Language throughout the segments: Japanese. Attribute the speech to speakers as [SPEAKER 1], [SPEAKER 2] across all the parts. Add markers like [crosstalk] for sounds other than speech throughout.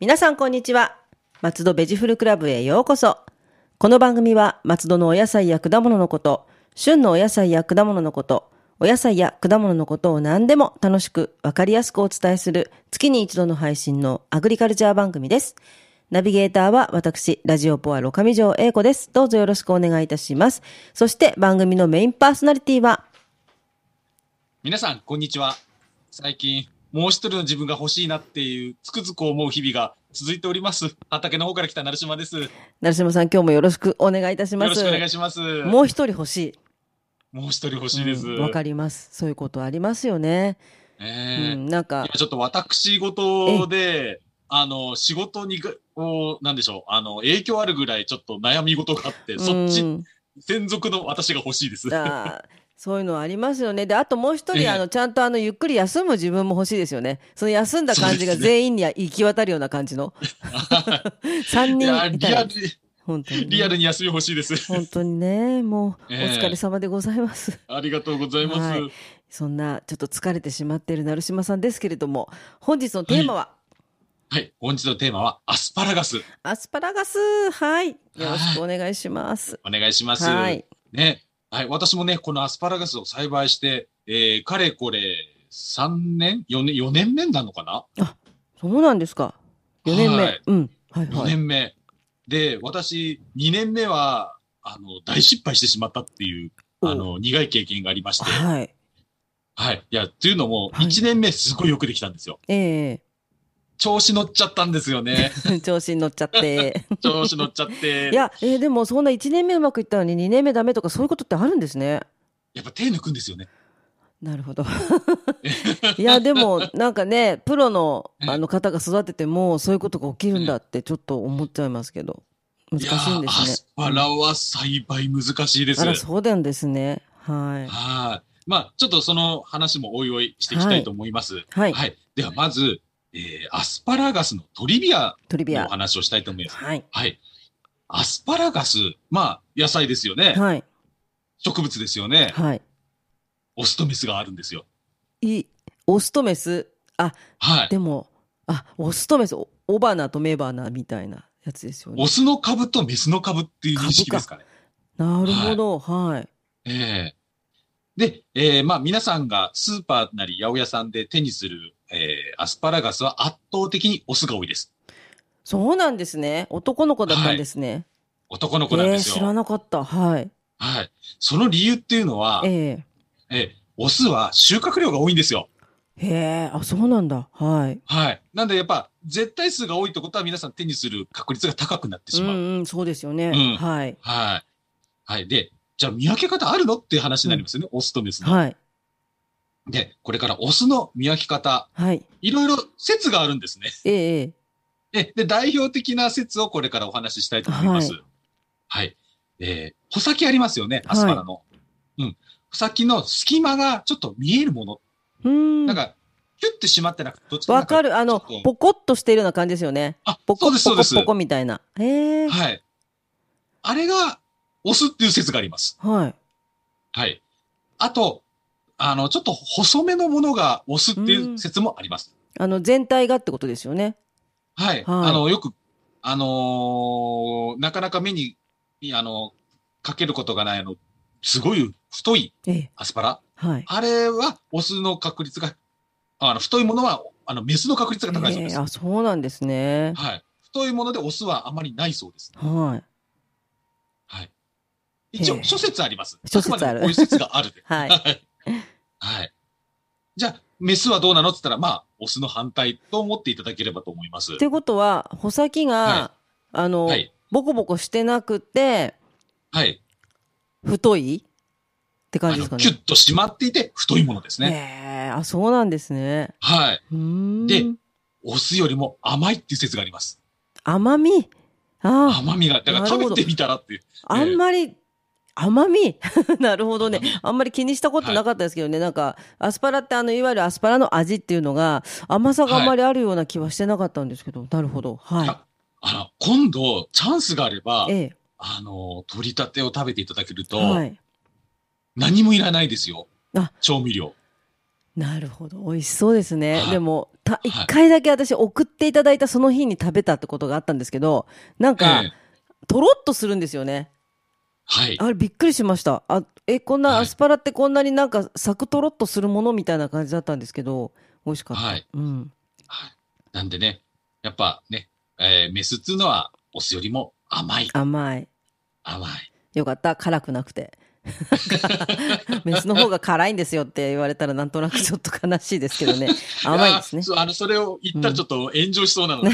[SPEAKER 1] 皆さんこんにちは。松戸ベジフルクラブへようこそ。この番組は松戸のお野菜や果物のこと、旬のお野菜や果物のこと、お野菜や果物のことを何でも楽しくわかりやすくお伝えする月に一度の配信のアグリカルチャー番組です。ナビゲーターは私、ラジオポアロ上条英子です。どうぞよろしくお願いいたします。そして番組のメインパーソナリティは
[SPEAKER 2] 皆さん、こんにちは。最近、もう一人の自分が欲しいなっていう、つくづく思う日々が続いております。畑の方から来た成島です。よ
[SPEAKER 1] 成島さん、今日もよろしくお願いいたします。
[SPEAKER 2] ろしくお願いします。も
[SPEAKER 1] もう一人欲しい。
[SPEAKER 2] う一人欲しいです。
[SPEAKER 1] うんわ、かります。そういうことありますよね。う
[SPEAKER 2] ねえ
[SPEAKER 1] ん、なんか
[SPEAKER 2] いや、ちょっと私事で、あの、仕事にが、こう、なんでしょう、あの、影響あるぐらいちょっと悩み事があって、そっ
[SPEAKER 1] う
[SPEAKER 2] ち、
[SPEAKER 1] ん
[SPEAKER 2] 専属の私が欲しいです。
[SPEAKER 1] あーそういうのありますよね。で、あともう一
[SPEAKER 2] ええ
[SPEAKER 1] 人、あの、ちゃんとあの、ゆっくり休む自分も欲しいですよね。その休んだ感じが
[SPEAKER 2] そうですね
[SPEAKER 1] 全員に行き渡るような感じ
[SPEAKER 2] [laughs]
[SPEAKER 1] の。3人い
[SPEAKER 2] いや、リ
[SPEAKER 1] た
[SPEAKER 2] ア
[SPEAKER 1] ら
[SPEAKER 2] ル、、
[SPEAKER 1] 本当にね、
[SPEAKER 2] リアルに休み欲しいです。
[SPEAKER 1] 本当にね、もう、お
[SPEAKER 2] ええ
[SPEAKER 1] 疲れ様でございます。
[SPEAKER 2] ありがとうございます。
[SPEAKER 1] はいそんな、ちょっと疲れてしまっている成島さんですけれども、本日のテーマは、
[SPEAKER 2] はい、本日のテーマは、アスパラガス。
[SPEAKER 1] アスパラガス、はい。よろしくお願いします。
[SPEAKER 2] お願いします。
[SPEAKER 1] はい。
[SPEAKER 2] ね。はい。私もね、このアスパラガスを栽培して、えー、かれこれ、3年 ?4 年、4年目になるのかな
[SPEAKER 1] そうなんですか。4年目。
[SPEAKER 2] はい
[SPEAKER 1] うん。はい
[SPEAKER 2] ?4
[SPEAKER 1] はい。
[SPEAKER 2] 年目。で、私、2年目は、あの、大失敗してしまったっていう、
[SPEAKER 1] お
[SPEAKER 2] あの、苦い経験がありまして。
[SPEAKER 1] はい。
[SPEAKER 2] はい。いや、というのも、
[SPEAKER 1] はい
[SPEAKER 2] 1年目すごいよくできたんですよ。
[SPEAKER 1] え
[SPEAKER 2] 調子乗っちゃったんです
[SPEAKER 1] [laughs]
[SPEAKER 2] よね。
[SPEAKER 1] え調子に乗っちゃって。
[SPEAKER 2] 調子乗っちゃって。
[SPEAKER 1] いや、えーでもそんな1年目うまくいったのに2年目ダメとかそういうことってあるんですね。
[SPEAKER 2] やっぱ手抜くんですよね。
[SPEAKER 1] なるほど。いや、でもなんかね、プロの
[SPEAKER 2] ええ
[SPEAKER 1] あの方が育ててもそういうことが起きるんだってちょっと思っちゃいますけど。難しいんで
[SPEAKER 2] やア
[SPEAKER 1] す
[SPEAKER 2] ス
[SPEAKER 1] ね。
[SPEAKER 2] パラは栽培難しいです。
[SPEAKER 1] あら、そうなんですね。は。
[SPEAKER 2] はい。まあ、ちょっとその話もおいおいしていきたいと思います。はい
[SPEAKER 1] はい
[SPEAKER 2] い。。では、まず、えーアスパラガスのトリビア
[SPEAKER 1] トリビ
[SPEAKER 2] のお
[SPEAKER 1] ア。
[SPEAKER 2] 話をしたいと思います。
[SPEAKER 1] はい。
[SPEAKER 2] はい。アスパラガス、まあ、野菜ですよね。
[SPEAKER 1] はい。
[SPEAKER 2] 植物ですよね。
[SPEAKER 1] はい。
[SPEAKER 2] オスとメスがあるんですよ。
[SPEAKER 1] い、オスとメス。あ、
[SPEAKER 2] はい。
[SPEAKER 1] でも、あ、オスとメス、おオバナとメバナみたいなやつですよね
[SPEAKER 2] オ。スの株とメスの株っていう認識ですかね。
[SPEAKER 1] なるほど、はい。
[SPEAKER 2] ええで、えーまあ、皆さんがスーパーなり八百屋さんで手にする、えーアスパラガスは圧倒的にオスが多いです。
[SPEAKER 1] そうなんですね。男の子だったんですね。
[SPEAKER 2] 男の
[SPEAKER 1] え
[SPEAKER 2] 子なん
[SPEAKER 1] え
[SPEAKER 2] ですよ。
[SPEAKER 1] 知らなかった。はい。
[SPEAKER 2] はい。その理由っていうのは、え
[SPEAKER 1] え
[SPEAKER 2] オスは収穫量が多いんですよ。
[SPEAKER 1] えへえ、あ、そうなんだ。はい。
[SPEAKER 2] はい。なんでやっぱ、絶対数が多いってことは皆さん手にする確率が高くなって
[SPEAKER 1] う
[SPEAKER 2] しまう。
[SPEAKER 1] んうん、そうですよね。
[SPEAKER 2] うん
[SPEAKER 1] はい。
[SPEAKER 2] はい。はい。で、じゃあ見分け方あるのっていう話になりますよね。オスとメスの。
[SPEAKER 1] はい。
[SPEAKER 2] で、これからオスの見分け方、
[SPEAKER 1] はい。
[SPEAKER 2] いろいろ説があるんですね。
[SPEAKER 1] えええ
[SPEAKER 2] え、で、代表的な説をこれからお話ししたいと思います。はい。えー、穂先ありますよね、アスパラの。うん。穂先の隙間がちょっと見えるもの。
[SPEAKER 1] えうん。
[SPEAKER 2] なんか、キュッてしまってなくて、どっち
[SPEAKER 1] わか
[SPEAKER 2] る。
[SPEAKER 1] る。あの
[SPEAKER 2] ちょっと、
[SPEAKER 1] ポコッとしてるような感じですよね。
[SPEAKER 2] あ、
[SPEAKER 1] ポコ
[SPEAKER 2] そうで
[SPEAKER 1] ッ
[SPEAKER 2] す、そ
[SPEAKER 1] ポ
[SPEAKER 2] う
[SPEAKER 1] コ
[SPEAKER 2] です
[SPEAKER 1] ッ。ポコみたいな。へえ
[SPEAKER 2] はい。あれが、押すっていう説があります。
[SPEAKER 1] はい。
[SPEAKER 2] はい。あと、あの、ちょっと細めのものが押すっていう説もあります。
[SPEAKER 1] あの、全体がってことですよね。
[SPEAKER 2] はい。あの、よく、あのーなかなか目に、いあの、かけることがない、あの、すごい太い
[SPEAKER 1] ええ
[SPEAKER 2] アスパラ。
[SPEAKER 1] はい。
[SPEAKER 2] あれは、オスの確率が、あの、太いものは、あの、メスの確率が高いそう
[SPEAKER 1] ええ
[SPEAKER 2] です。
[SPEAKER 1] あ、そうなんですね。
[SPEAKER 2] はい。太いものでオスはあまりないそうです。 [laughs]
[SPEAKER 1] はい。
[SPEAKER 2] はい。一
[SPEAKER 1] へ
[SPEAKER 2] 応、
[SPEAKER 1] え
[SPEAKER 2] 諸説あります。
[SPEAKER 1] 諸説ある。
[SPEAKER 2] くまでもこういう説があるで
[SPEAKER 1] [laughs] はい。
[SPEAKER 2] はい。じゃあ、メスはどうなのって言ったら、まあ、オスの反対と思っていただければと思います
[SPEAKER 1] っ。ていうことは、穂先が、
[SPEAKER 2] は
[SPEAKER 1] あの、
[SPEAKER 2] はい。
[SPEAKER 1] ボコボコしてなくて、
[SPEAKER 2] はい。
[SPEAKER 1] 太いって感
[SPEAKER 2] あ
[SPEAKER 1] じで
[SPEAKER 2] の
[SPEAKER 1] すかね。
[SPEAKER 2] キュッと締まっていて、太いものですね。
[SPEAKER 1] へえあ、そうなんですね。
[SPEAKER 2] はい。
[SPEAKER 1] うーん。
[SPEAKER 2] でオスよりも甘いっていう説があります。
[SPEAKER 1] 甘み。あ
[SPEAKER 2] 甘みが。だから
[SPEAKER 1] なるほ
[SPEAKER 2] 食
[SPEAKER 1] ど
[SPEAKER 2] べてみたらっていう。
[SPEAKER 1] あ、あんまり、甘み [laughs] なるほどね
[SPEAKER 2] 甘み。
[SPEAKER 1] あんまり気にしたことなかったですけどね。なんか、アスパラってあの、いわゆるアスパラの味っていうのが、甘さがあんまりあるような気はしてなかったんですけど。なるほど。はい
[SPEAKER 2] やあの、今度、チャンスがあれば。、
[SPEAKER 1] え
[SPEAKER 2] あの、取り立てを食べていただける
[SPEAKER 1] え。
[SPEAKER 2] と、
[SPEAKER 1] はい。
[SPEAKER 2] 何もいらないですよ
[SPEAKER 1] あ。
[SPEAKER 2] 調味料。
[SPEAKER 1] なるほど。美味しそうですね。
[SPEAKER 2] はい
[SPEAKER 1] でも、た、
[SPEAKER 2] い
[SPEAKER 1] 一回だけ私送っていただいたその日に食べたってことがあったんですけど、なんか
[SPEAKER 2] ええ、
[SPEAKER 1] とろっとするんですよね。
[SPEAKER 2] はい。
[SPEAKER 1] あれびっくりしました。あ、え、こんな
[SPEAKER 2] はい
[SPEAKER 1] アスパラってこんなになんかサクとろっとするものみたいな感じだったんですけど、美味しかった。
[SPEAKER 2] はい
[SPEAKER 1] うん。
[SPEAKER 2] はいなんでね、やっぱね、えーメスっていうのは、オスよりも甘い。
[SPEAKER 1] 甘い。
[SPEAKER 2] 甘い。
[SPEAKER 1] よかった。辛くなくて。メスの方が辛いんですよって言われたらなんとなくちょっと悲しいですけどね。甘いですね
[SPEAKER 2] や。そうあの、それを言った
[SPEAKER 1] うん
[SPEAKER 2] らちょっと炎上しそうなので、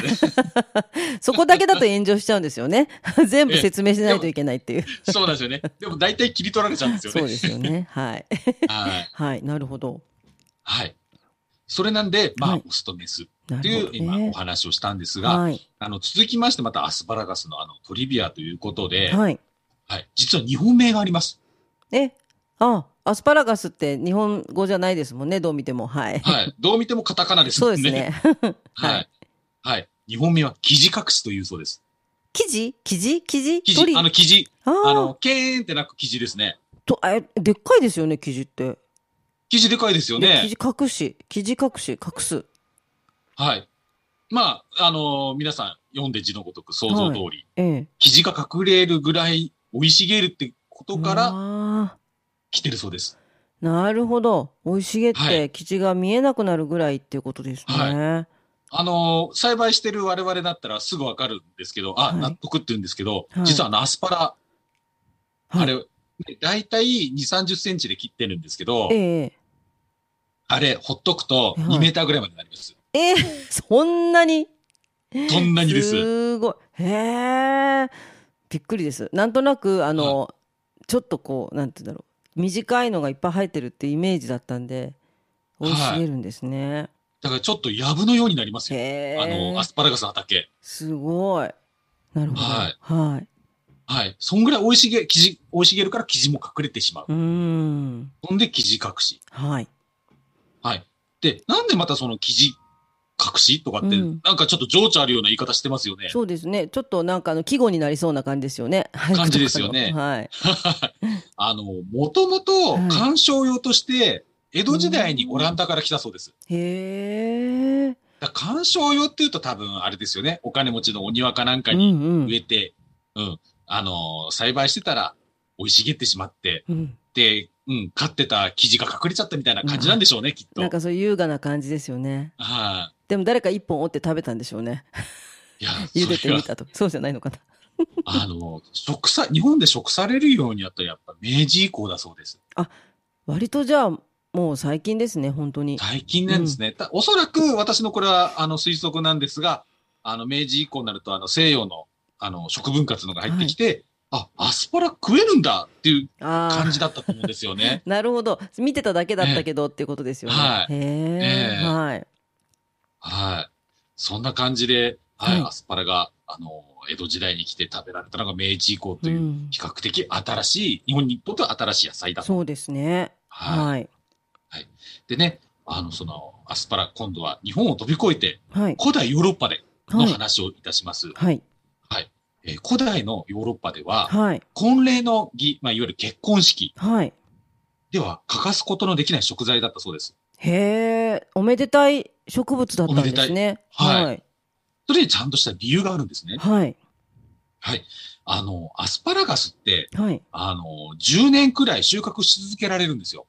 [SPEAKER 1] そこだけだと炎上しちゃうんですよね。全部説明しないといけないっていう。
[SPEAKER 2] [laughs] そうなんですよね。でも大体切り取られちゃうんですよね。
[SPEAKER 1] そうですよね。はい。
[SPEAKER 2] はい。
[SPEAKER 1] はい。なるほど。
[SPEAKER 2] はい。それなんで、まあ、
[SPEAKER 1] はい
[SPEAKER 2] オスとメスっ
[SPEAKER 1] な
[SPEAKER 2] て
[SPEAKER 1] る
[SPEAKER 2] い
[SPEAKER 1] ほど
[SPEAKER 2] う、今、お
[SPEAKER 1] ね。
[SPEAKER 2] 話をしたんですが、
[SPEAKER 1] はい。
[SPEAKER 2] あの、続きまして、またアスパラガスのあの、トリビアということで、はい。
[SPEAKER 1] はい。
[SPEAKER 2] 実は日本名があります。
[SPEAKER 1] え、あ、アスパラガスって日本語じゃないですもんね。どう見ても。はい。
[SPEAKER 2] はい。どう見てもカタカナです
[SPEAKER 1] そ
[SPEAKER 2] も
[SPEAKER 1] うんですね。
[SPEAKER 2] は。
[SPEAKER 1] はい
[SPEAKER 2] はい。日本名は生地隠しというそうです。
[SPEAKER 1] 生地生地生地
[SPEAKER 2] 生
[SPEAKER 1] 鳥
[SPEAKER 2] 地、あの生地、
[SPEAKER 1] あー
[SPEAKER 2] あの、ケーンってなく生地ですね。
[SPEAKER 1] と、え、でっかいですよね、生地って。
[SPEAKER 2] 生地でかいですよ
[SPEAKER 1] ね
[SPEAKER 2] ね。
[SPEAKER 1] 生地隠し、生地隠し、隠す。
[SPEAKER 2] はい。まあ、あのー皆さん読んで字のごとく想像通り、
[SPEAKER 1] ええ。
[SPEAKER 2] 生地が隠れるぐらい生い茂るってことか
[SPEAKER 1] う
[SPEAKER 2] ら
[SPEAKER 1] わ
[SPEAKER 2] 来てるそうです。
[SPEAKER 1] ーなるほど。生い茂っ
[SPEAKER 2] は
[SPEAKER 1] て
[SPEAKER 2] い
[SPEAKER 1] 生地が見えなくなるぐらいっていうことですね。
[SPEAKER 2] はあのー栽培してる我々だったらすぐわかるんですけど、あ、
[SPEAKER 1] はい
[SPEAKER 2] 納得って言うんですけど、
[SPEAKER 1] はい
[SPEAKER 2] 実はあのアスパラ、
[SPEAKER 1] はい
[SPEAKER 2] あれ、ね大体2、30センチで切ってるんですけど、
[SPEAKER 1] ええ。
[SPEAKER 2] あれ、ほっとくと
[SPEAKER 1] はい
[SPEAKER 2] 2メーターぐらいまでなります。
[SPEAKER 1] えー、そんなに
[SPEAKER 2] そんなにです。
[SPEAKER 1] すごい。へえ。びっくりです。なんとなく、あの、ちょっとこう、なんて言うんだろう。短いのがいっぱい生えてるってイメージだったんで、生い茂るんですね。
[SPEAKER 2] だからちょっとやぶのようになりますよ。
[SPEAKER 1] へえ。
[SPEAKER 2] あの、アスパラガスの畑。
[SPEAKER 1] すごい。なるほど。は
[SPEAKER 2] はいい。
[SPEAKER 1] はい、
[SPEAKER 2] はい。そんぐらい生い茂る、生地、生い茂るから生地も隠れてしまう。
[SPEAKER 1] うーん。
[SPEAKER 2] ほんで生地隠し。
[SPEAKER 1] はい。
[SPEAKER 2] はい。で、なんでまたその生地隠しとかって、
[SPEAKER 1] うん
[SPEAKER 2] なんかちょっと情緒あるような言い方してますよね。
[SPEAKER 1] そうですね。ちょっとなんかあの、季語になりそうな感じですよね。
[SPEAKER 2] [laughs] 感じですよね
[SPEAKER 1] はい。
[SPEAKER 2] あの、もともと
[SPEAKER 1] はい
[SPEAKER 2] 観賞用として、江戸時代にオランダから来たそうです。
[SPEAKER 1] へえ。
[SPEAKER 2] だから観賞用っていうと多分あれですよね。お金持ちのお庭かなんか
[SPEAKER 1] うん
[SPEAKER 2] に
[SPEAKER 1] うん
[SPEAKER 2] 植えて、うん、あのー栽培してたら、生い茂ってしまって、
[SPEAKER 1] うん。
[SPEAKER 2] で、うん、飼ってた生地が隠れちゃったみたいな感じなんでしょうね、きっと。
[SPEAKER 1] なんかそういう優雅な感じですよね。
[SPEAKER 2] は
[SPEAKER 1] でも誰か一本折って食べたんでしょうね。
[SPEAKER 2] い。いや、
[SPEAKER 1] 茹で
[SPEAKER 2] そ
[SPEAKER 1] て
[SPEAKER 2] れは
[SPEAKER 1] み
[SPEAKER 2] [laughs]
[SPEAKER 1] たと。そうじゃないのかな。
[SPEAKER 2] あの、食さ、日本で食されるようになったらやっぱ明治以降だそうです。
[SPEAKER 1] 割とじゃあ、もう最近ですね、本当に。
[SPEAKER 2] 最近なんですね。たおそらく私のこれはあの推測なんですが、あの明治以降になるとあの西洋のあの食文化っていうのが入ってきて、あ、アスパラ食えるんだっていう
[SPEAKER 1] あ
[SPEAKER 2] 感
[SPEAKER 1] あ。。
[SPEAKER 2] じだったと思うんですよね [laughs]
[SPEAKER 1] なるほど。見てただけだったけどっていうことですよね。
[SPEAKER 2] はい
[SPEAKER 1] へ
[SPEAKER 2] え
[SPEAKER 1] え。
[SPEAKER 2] え
[SPEAKER 1] はい。
[SPEAKER 2] はい。そんな感じで、はい、
[SPEAKER 1] はい
[SPEAKER 2] アスパラが、あの、江戸時代に来て食べられたのが明治以降というう、
[SPEAKER 1] ん
[SPEAKER 2] 比較的新しい、日本にとっては新しい野菜だと。
[SPEAKER 1] そうですね。
[SPEAKER 2] はい。
[SPEAKER 1] はい。
[SPEAKER 2] でね、あの、その、アスパラ、今度は日本を飛び越えて、
[SPEAKER 1] はい。
[SPEAKER 2] 古代ヨーロッパでの
[SPEAKER 1] はい。
[SPEAKER 2] 話をいたします。
[SPEAKER 1] はい。
[SPEAKER 2] えー古代のヨーロッパでは、
[SPEAKER 1] はい。
[SPEAKER 2] 婚礼の儀、まあ、いわゆる結婚式
[SPEAKER 1] はい。
[SPEAKER 2] では欠かすことのできない食材だったそうです。
[SPEAKER 1] へえ、おめでたい植物だったんですね。
[SPEAKER 2] おめでたい
[SPEAKER 1] はい。
[SPEAKER 2] それにちゃんとした理由があるんですね。
[SPEAKER 1] はい。
[SPEAKER 2] はい。あの、アスパラガスって、
[SPEAKER 1] はい。
[SPEAKER 2] あの、10年くらい収穫し続けられるんですよ。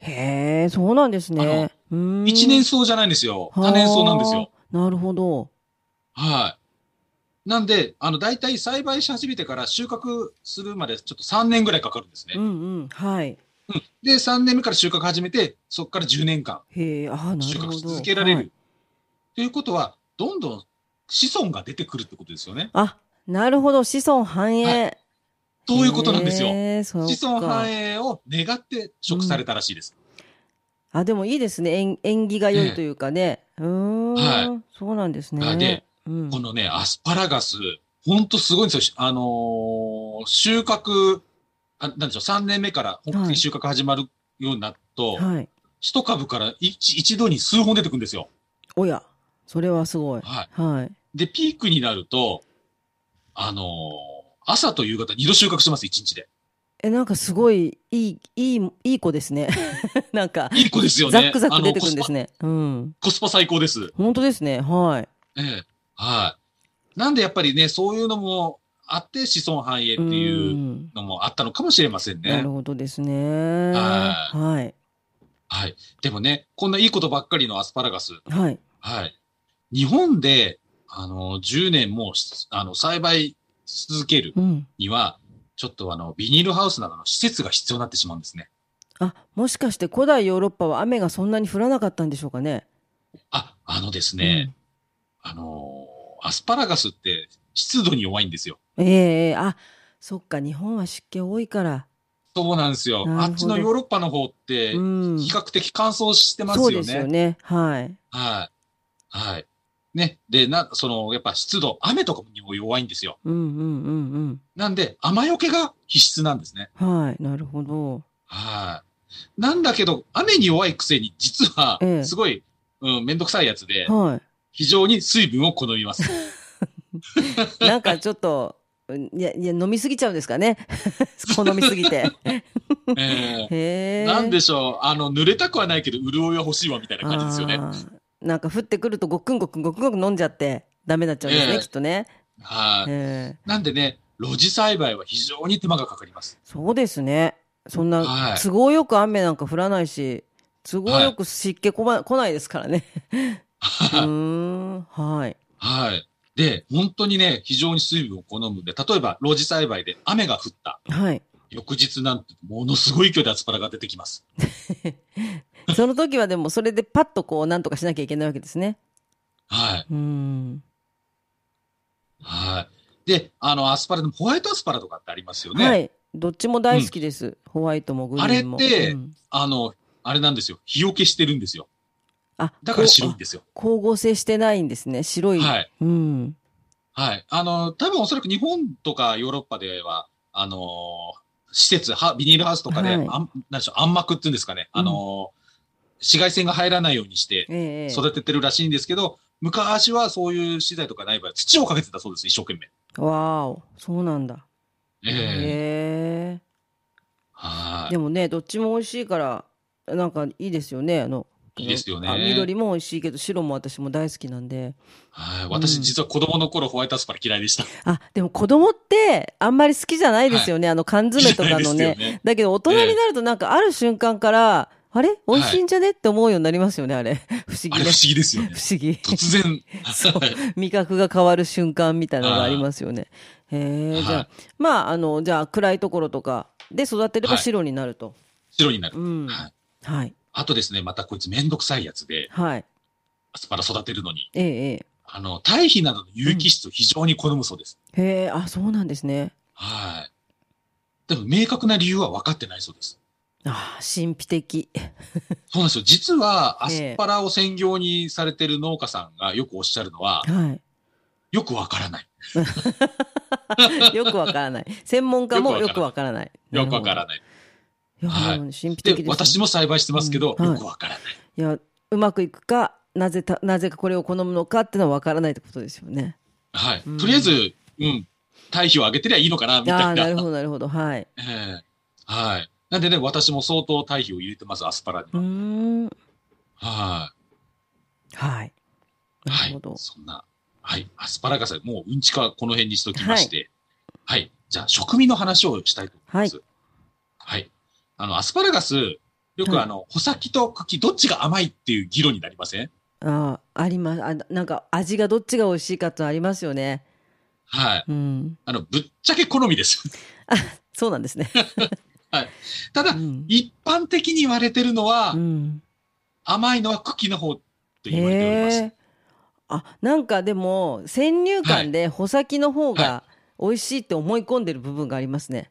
[SPEAKER 1] へえ、そうなんです
[SPEAKER 2] あ
[SPEAKER 1] ねう
[SPEAKER 2] の。
[SPEAKER 1] ーん
[SPEAKER 2] 1年草じゃないんですよ。多年草なんですよ。
[SPEAKER 1] はあ。なるほど。
[SPEAKER 2] はい。なんで、あの、大体栽培し始めてから収穫するまでちょっと3年ぐらいかかるんですね
[SPEAKER 1] う。んうん。はい。
[SPEAKER 2] で、3年目から収穫始めて、そこから10年間
[SPEAKER 1] へえ、ああ、な
[SPEAKER 2] 収
[SPEAKER 1] るほ
[SPEAKER 2] 穫
[SPEAKER 1] ど。
[SPEAKER 2] し続けられる。
[SPEAKER 1] はい
[SPEAKER 2] ということは、どんどん子孫が出てくるってことですよね。
[SPEAKER 1] あ、なるほど。子孫繁栄。
[SPEAKER 2] そういうことなんですよ。
[SPEAKER 1] へえそうか
[SPEAKER 2] 子孫繁栄を願って食されたらしいです。
[SPEAKER 1] あ、でもいいですね。縁縁起が良いというかね。うーん。
[SPEAKER 2] は
[SPEAKER 1] そうなんです
[SPEAKER 2] あ
[SPEAKER 1] ね
[SPEAKER 2] で。
[SPEAKER 1] うん
[SPEAKER 2] このね、アスパラガス、ほんとすごいんですよ。あのー収穫、あなんでしょう、3年目から本格的に収穫始まるようになると、
[SPEAKER 1] はい。
[SPEAKER 2] 一株から一一度に数本出てくるんですよ。
[SPEAKER 1] おや、それはすごい。
[SPEAKER 2] は
[SPEAKER 1] はい。
[SPEAKER 2] い。で、ピークになると、あのー朝と夕方二度収穫してます、一日で。
[SPEAKER 1] え、なんかすごい、いい、いい、いい子ですね。 [laughs] なんか、
[SPEAKER 2] いい子ですよね。
[SPEAKER 1] ザックザック出てくるんですね。うん。
[SPEAKER 2] コスパコスパ最高です。
[SPEAKER 1] 本当ですね。はい。
[SPEAKER 2] ええはい。なんでやっぱりね、そういうのもあって、子孫繁栄っていううんのもあったのかもしれません
[SPEAKER 1] な
[SPEAKER 2] ね
[SPEAKER 1] る。ほどですね。
[SPEAKER 2] は
[SPEAKER 1] はい。
[SPEAKER 2] はい。でもね、こんないいことばっかりのアスパラガス。
[SPEAKER 1] はい。
[SPEAKER 2] はい。日本で、あの、10年もし、あの、栽培し続ける
[SPEAKER 1] うん。
[SPEAKER 2] には、ちょっとあの、ビニールハウスなどの施設が必要になってしまうんですね。
[SPEAKER 1] あ、もしかして古代ヨーロッパは雨がそんなに降らなかったんでしょうかね。
[SPEAKER 2] あ、あのですね、あのー、アスパラガスって湿度に弱いんですよ。
[SPEAKER 1] うん。ええええあ、そっか、日本は湿気多いから。
[SPEAKER 2] そうなんです
[SPEAKER 1] な
[SPEAKER 2] よ。
[SPEAKER 1] るほど
[SPEAKER 2] あっちのヨーロッパの方って、
[SPEAKER 1] うん。
[SPEAKER 2] 比較的乾燥してます
[SPEAKER 1] そう
[SPEAKER 2] よ
[SPEAKER 1] で
[SPEAKER 2] ね。
[SPEAKER 1] すよね。はい。
[SPEAKER 2] はい。はい。ね。で、な、その、やっぱ湿度、雨とかにも弱いんですよ。
[SPEAKER 1] うんうんうん
[SPEAKER 2] なんで、雨よけが必須なんですね。
[SPEAKER 1] うん。はい。なるほど。
[SPEAKER 2] はい。なんだけど、雨に弱いくせに、実は
[SPEAKER 1] ええ、
[SPEAKER 2] すごい、うん、めんどくさいやつで、
[SPEAKER 1] は
[SPEAKER 2] 非常に水分を好みます。
[SPEAKER 1] [laughs]
[SPEAKER 2] [laughs]
[SPEAKER 1] い。なんかちょっと、うんいや、いや、飲みすぎちゃうんですかね。 [laughs] 好みすぎ
[SPEAKER 2] [laughs]
[SPEAKER 1] て。
[SPEAKER 2] え
[SPEAKER 1] へえ。
[SPEAKER 2] えなんでしょう、あの、濡れたくはないけど、潤いは欲しいわ、みたいな感じですよね。
[SPEAKER 1] あーなんか降ってくるとごくんごくんごくんごくん飲んじゃって、ダメになっちゃうんですね、
[SPEAKER 2] ええ
[SPEAKER 1] きっとね。
[SPEAKER 2] はい。
[SPEAKER 1] ええ
[SPEAKER 2] なんでね、露地栽培は非常に手間がかかります。
[SPEAKER 1] そうですね。そんな、
[SPEAKER 2] はい
[SPEAKER 1] 都合よく雨なんか降らないし、都合よく湿気こば、来ないですから
[SPEAKER 2] [laughs]
[SPEAKER 1] ね。うーん、はい。
[SPEAKER 2] はい。で、本当にね、非常に水分を好むんで、例えば、露地栽培で雨が降った。
[SPEAKER 1] はい。
[SPEAKER 2] 翌日なんて、ものすごい勢いでアスパラが出てきます。
[SPEAKER 1] その時はでも、それでパッとこう、なんとかしなきゃいけないわけですね。
[SPEAKER 2] はい。
[SPEAKER 1] うーん。
[SPEAKER 2] はい。で、あの、アスパラでもホワイトアスパラとかってありますよね。
[SPEAKER 1] はい。どっちも大好きです。ホワイトもグリーンも。
[SPEAKER 2] あれって
[SPEAKER 1] うん
[SPEAKER 2] あの、あれなんですよ。日よけしてるんですよ。
[SPEAKER 1] あ、
[SPEAKER 2] だから白いん
[SPEAKER 1] こ
[SPEAKER 2] ですよ。
[SPEAKER 1] う光合成してないんですね。白い。
[SPEAKER 2] はい。
[SPEAKER 1] うん。
[SPEAKER 2] はい。あの、多分おそらく日本とかヨーロッパでは、あのー施設、はビニールハウスとかで、
[SPEAKER 1] はい
[SPEAKER 2] あんなんでしょう、暗幕っていうんですかね。あのー紫外線が入らないようにして
[SPEAKER 1] ええ
[SPEAKER 2] 育ててるらしいんですけど、昔はそういう資材とかない場合、土をかけてたそうです、一生懸命。
[SPEAKER 1] わーお。そうなんだ。
[SPEAKER 2] ええ
[SPEAKER 1] へえ。
[SPEAKER 2] はい。
[SPEAKER 1] でもね、どっちも美味しいから、なんかいいですよね。あの、
[SPEAKER 2] いいですよね
[SPEAKER 1] あ緑も美味しいけど、白も私も大好きなんで。
[SPEAKER 2] はい。
[SPEAKER 1] う
[SPEAKER 2] 私、
[SPEAKER 1] ん
[SPEAKER 2] 実は子供の頃、ホワイトアスパラ嫌いでした。
[SPEAKER 1] あ、でも子供って、あんまり好きじゃないですよね。あの缶詰とかの
[SPEAKER 2] [laughs] 嫌い
[SPEAKER 1] ね
[SPEAKER 2] で。すよね。
[SPEAKER 1] だけど、大人になるとなんかある瞬間から、あれ美味しいんじゃねって思うようになりますよね、あれ。 [laughs] 不思
[SPEAKER 2] あ
[SPEAKER 1] 議ね。
[SPEAKER 2] れ不思議ですよね。
[SPEAKER 1] 不思議。 [laughs]
[SPEAKER 2] 突然。
[SPEAKER 1] そう
[SPEAKER 2] はい
[SPEAKER 1] 味覚が変わる瞬間みたいなのがありますよね。へ
[SPEAKER 2] は
[SPEAKER 1] え、
[SPEAKER 2] い
[SPEAKER 1] じゃあ、まあ、あの、じゃあ暗いところとかで育てれば白になると。
[SPEAKER 2] 白になる。
[SPEAKER 1] うん。
[SPEAKER 2] はい
[SPEAKER 1] はい。
[SPEAKER 2] あとですね、またこいつめんどくさいやつで、
[SPEAKER 1] はい。
[SPEAKER 2] アスパラ育てるのに、
[SPEAKER 1] ええ、ええ。
[SPEAKER 2] あの、堆肥などの有機質を非常に好むそうです。
[SPEAKER 1] へえ、あ、そうなんですね。
[SPEAKER 2] はい。でも明確な理由は分かってないそうです。
[SPEAKER 1] ああ、神秘的。
[SPEAKER 2] そうなんですよ。実は、ア
[SPEAKER 1] ええ
[SPEAKER 2] スパラを専業にされてる農家さんがよくおっしゃるのは、
[SPEAKER 1] は
[SPEAKER 2] よく分からない。
[SPEAKER 1] い。 [laughs] よくわからない。専門家もよ
[SPEAKER 2] よ
[SPEAKER 1] く
[SPEAKER 2] く
[SPEAKER 1] わからない。
[SPEAKER 2] よく分から
[SPEAKER 1] い。
[SPEAKER 2] ない。
[SPEAKER 1] いや、
[SPEAKER 2] は
[SPEAKER 1] でも
[SPEAKER 2] い
[SPEAKER 1] 神秘
[SPEAKER 2] で
[SPEAKER 1] 的です。
[SPEAKER 2] 私
[SPEAKER 1] も。
[SPEAKER 2] も栽培してますけど、
[SPEAKER 1] うんはい
[SPEAKER 2] よく分からない。
[SPEAKER 1] いや、うまくいくか、なぜた、なぜかこれを好むのかってのはわからないってことですよね。
[SPEAKER 2] はい。
[SPEAKER 1] うん
[SPEAKER 2] とりあえず、うん、堆肥を上げてりゃいいのかな、み
[SPEAKER 1] あ
[SPEAKER 2] た
[SPEAKER 1] あ、
[SPEAKER 2] い
[SPEAKER 1] な
[SPEAKER 2] な。
[SPEAKER 1] るほど、なるほど。はい。
[SPEAKER 2] ええはい。なんでね、私も相当堆肥を入れてます、アスパラに
[SPEAKER 1] うー
[SPEAKER 2] は。
[SPEAKER 1] ん。
[SPEAKER 2] はい。
[SPEAKER 1] はい。なるほど。
[SPEAKER 2] はい、そんな、はい、アスパラガス、もううんちかこの辺にしときまして、はい、じゃあ、食味の話をしたいと思います。はい。あの、アスパラガス、よ
[SPEAKER 1] は
[SPEAKER 2] く
[SPEAKER 1] い
[SPEAKER 2] あの、穂先と茎、どっちが甘いっていう議論になりません
[SPEAKER 1] ああ、あります。あ、なんか味がどっちが美味しいかってのありますよね。
[SPEAKER 2] はい。
[SPEAKER 1] うん。
[SPEAKER 2] あの、ぶっちゃけ好みです。 [laughs]
[SPEAKER 1] そうなんですね。
[SPEAKER 2] た
[SPEAKER 1] う
[SPEAKER 2] だ、
[SPEAKER 1] ん。
[SPEAKER 2] 一般的に言われてるのは、
[SPEAKER 1] うん、
[SPEAKER 2] 甘いのは茎の方と言われております。
[SPEAKER 1] へえ。あ、なんかでも、先入観で穂先の方が美味しいって思い込んでる部分がありますね。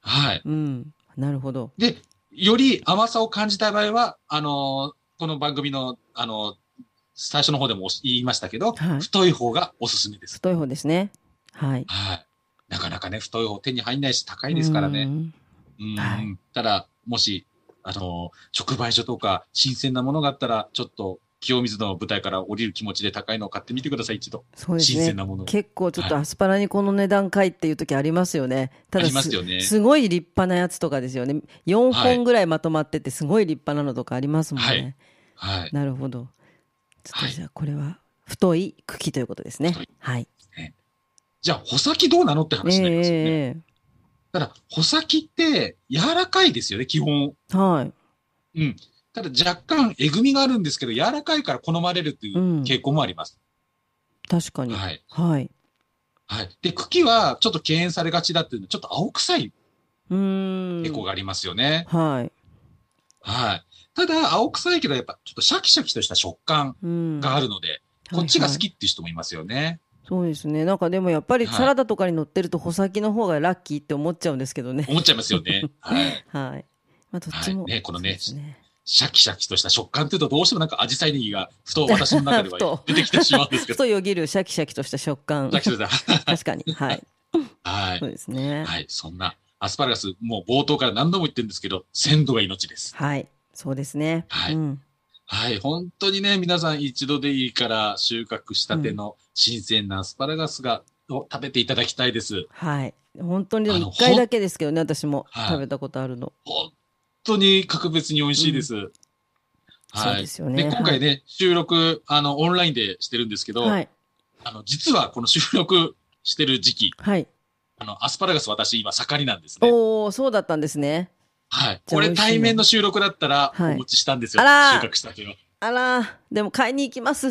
[SPEAKER 2] はい。
[SPEAKER 1] うん。なるほど。
[SPEAKER 2] で、より甘さを感じた場合は、あのーこの番組の、あのー最初の方でもおし言いましたけど、
[SPEAKER 1] はい
[SPEAKER 2] 太い方がおすすめです。
[SPEAKER 1] 太い方ですね。はい。
[SPEAKER 2] はい。なかなかね、太い方手に入んないし高いですからね。うん。
[SPEAKER 1] はい
[SPEAKER 2] ただ、もし、あのー直売所とか新鮮なものがあったら、ちょっと清水の舞台から降りる気持ちで高いのを買ってみてください、一度。
[SPEAKER 1] そうです
[SPEAKER 2] 新
[SPEAKER 1] ね
[SPEAKER 2] 鮮なもの。
[SPEAKER 1] 結構ちょっとアスパラにこの値段かいっていう時ありますよね。ただ
[SPEAKER 2] ありますよね
[SPEAKER 1] すごい立派なやつとかですよね。4
[SPEAKER 2] はい
[SPEAKER 1] 本ぐらいまとまっててすごい立派なのとかありますもんね。
[SPEAKER 2] はいはい。
[SPEAKER 1] なるほど。ちょっ
[SPEAKER 2] は
[SPEAKER 1] と
[SPEAKER 2] い
[SPEAKER 1] じゃあこれは太い茎ということですね
[SPEAKER 2] 太い。
[SPEAKER 1] はい。
[SPEAKER 2] じゃあ、穂先どうなのって話になりますよね。
[SPEAKER 1] え
[SPEAKER 2] ただ、穂先って柔らかいですよね、基本。
[SPEAKER 1] えはい。
[SPEAKER 2] うん。ただ、若干えぐみがあるんですけど、柔らかいから好まれるという
[SPEAKER 1] うん
[SPEAKER 2] 傾向もあります。
[SPEAKER 1] 確かに。はい。
[SPEAKER 2] はい。はい。で、茎はちょっと敬遠されがちだっていうのは、ちょっと青臭いう
[SPEAKER 1] ーん。
[SPEAKER 2] 傾向がありますよね。
[SPEAKER 1] はい。
[SPEAKER 2] はい。ただ、青臭いけど、やっぱちょっとシャキシャキとした食感
[SPEAKER 1] うん。
[SPEAKER 2] があるので、こっちが
[SPEAKER 1] はいは
[SPEAKER 2] 好
[SPEAKER 1] い
[SPEAKER 2] きっていう人もいますよね。
[SPEAKER 1] そうですね。なんかでもやっぱり
[SPEAKER 2] はい
[SPEAKER 1] サラダとかに乗ってると穂先の方がラッキーって思っちゃうんですけどね。
[SPEAKER 2] 思っちゃいますよ
[SPEAKER 1] [laughs]
[SPEAKER 2] ね。はい。
[SPEAKER 1] はい。まあどっちも。
[SPEAKER 2] はいねこのね
[SPEAKER 1] そうですね
[SPEAKER 2] シャキシャキとした食感っていうと、どうしてもなんか紫陽花ネギが、ふと私の中
[SPEAKER 1] [laughs]
[SPEAKER 2] で
[SPEAKER 1] ふと
[SPEAKER 2] は出てきてしまうんですけど。
[SPEAKER 1] 太よぎるシャキシャキとした食感。
[SPEAKER 2] シャキシャキだ
[SPEAKER 1] 確かに。はい。
[SPEAKER 2] はい
[SPEAKER 1] そ。うですね。
[SPEAKER 2] はい。そんな、アスパラガス、もう冒頭から何度も言ってるんですけど、鮮度が命です。
[SPEAKER 1] はい。そうですね。
[SPEAKER 2] はい
[SPEAKER 1] うん。
[SPEAKER 2] はい。本当にね、皆さん一度でいいから収穫したての新鮮なアスパラガスが、を食べていただきたいです。
[SPEAKER 1] はい。本当にで
[SPEAKER 2] あ
[SPEAKER 1] も
[SPEAKER 2] の
[SPEAKER 1] 一回だけですけどね、私も
[SPEAKER 2] はい
[SPEAKER 1] 食べたことあるの。
[SPEAKER 2] 本当に格別に美味しいです。
[SPEAKER 1] そう
[SPEAKER 2] はい
[SPEAKER 1] で。すよね。
[SPEAKER 2] で今回ね、収録、あの、オンラインでしてるんですけど、
[SPEAKER 1] はい。はい。
[SPEAKER 2] あの、実はこの収録 [laughs] してる時期、
[SPEAKER 1] はい。
[SPEAKER 2] あの、アスパラガス私今盛りなんですね。
[SPEAKER 1] おお、そうだったんですね。
[SPEAKER 2] はい。
[SPEAKER 1] じゃあ
[SPEAKER 2] こ
[SPEAKER 1] 美
[SPEAKER 2] れ
[SPEAKER 1] 味しいね
[SPEAKER 2] 対面の収録だったら
[SPEAKER 1] はい
[SPEAKER 2] お持ちしたんですよ。
[SPEAKER 1] あらー
[SPEAKER 2] 収穫したては。
[SPEAKER 1] あらー、でも買いに行き
[SPEAKER 2] [laughs]
[SPEAKER 1] ます。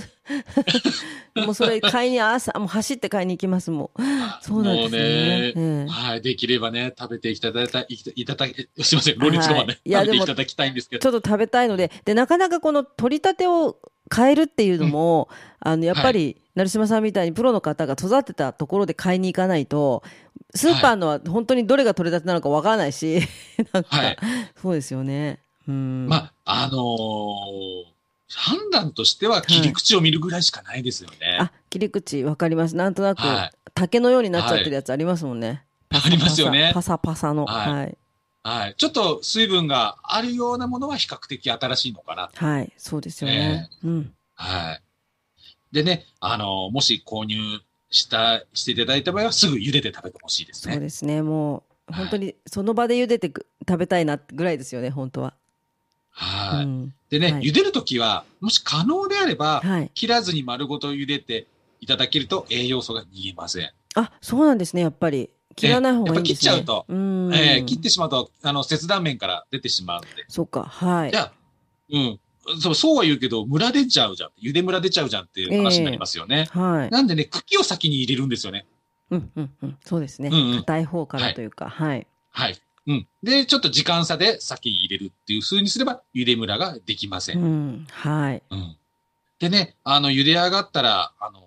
[SPEAKER 1] もうそれ買いに朝、もう走って買いに行きます、もう。そうなんですね。
[SPEAKER 2] もうね、
[SPEAKER 1] ええ
[SPEAKER 2] はい。できればね、食べていただいた、いたいただき、すいません、ローリツが
[SPEAKER 1] は
[SPEAKER 2] ね
[SPEAKER 1] い、いや
[SPEAKER 2] 食べて
[SPEAKER 1] でも
[SPEAKER 2] いただきたいんですけ
[SPEAKER 1] ち
[SPEAKER 2] ど、
[SPEAKER 1] ょっと食べたいので、で、なかなかこの取り立てを買えるっていうのも、あの、やっぱり、成島さんみたいにプロの方が育てたところで買いに行かないと、スーパーのは本当にどれが取り立てなのかわからないし、 [laughs] なんか、
[SPEAKER 2] はい
[SPEAKER 1] そうですよね。うん。
[SPEAKER 2] まあ、あのー判断としては切り口を見るぐらいしかないですよね。
[SPEAKER 1] あ、切り口わかります。なんとなく、
[SPEAKER 2] はい
[SPEAKER 1] 竹のようになっちゃってるやつありますもんね。
[SPEAKER 2] はいありますよね
[SPEAKER 1] パサパサパサの。
[SPEAKER 2] はい
[SPEAKER 1] はい。
[SPEAKER 2] はい。ちょっと水分があるようなものは比較的新しいのかな。
[SPEAKER 1] はい。そうですよね。うん。
[SPEAKER 2] はい。でね、あの、もし購入した、していただいた場合は、すぐ茹でて食べてほしいです
[SPEAKER 1] そう
[SPEAKER 2] ね。
[SPEAKER 1] ですね。もう、
[SPEAKER 2] はい
[SPEAKER 1] 本当にその場で茹でてく食べたいなぐらいですよね、本当は。
[SPEAKER 2] はい。
[SPEAKER 1] うん。
[SPEAKER 2] でね、
[SPEAKER 1] はい
[SPEAKER 2] 茹でるときは、もし可能であれば、
[SPEAKER 1] はい。
[SPEAKER 2] 切らずに丸ごと茹でていただけると栄養素が逃げません。
[SPEAKER 1] あ、そうなんですね、やっぱり。切らない方がいいんですね。
[SPEAKER 2] やっぱ切っちゃうと
[SPEAKER 1] うん。
[SPEAKER 2] えー切ってしまうと、あの、切断面から出てしまうので。
[SPEAKER 1] そうか、はい
[SPEAKER 2] じ。ゃあ、うん。そう、そうは言うけど、ムラ出ちゃうじゃん。茹でムラ出ちゃうじゃんっていう話になりますよね。
[SPEAKER 1] はい。
[SPEAKER 2] なんでね、茎を先に入れるんですよね。
[SPEAKER 1] うんうんうん。そうですね
[SPEAKER 2] うんう。ん
[SPEAKER 1] 硬い方からというか、はい。
[SPEAKER 2] はい。うん。で、ちょっと時間差で先に入れるっていう風にすれば、茹でムラができませ。
[SPEAKER 1] うんん。はい。
[SPEAKER 2] うん。でね、あの、茹で上がったら、あの、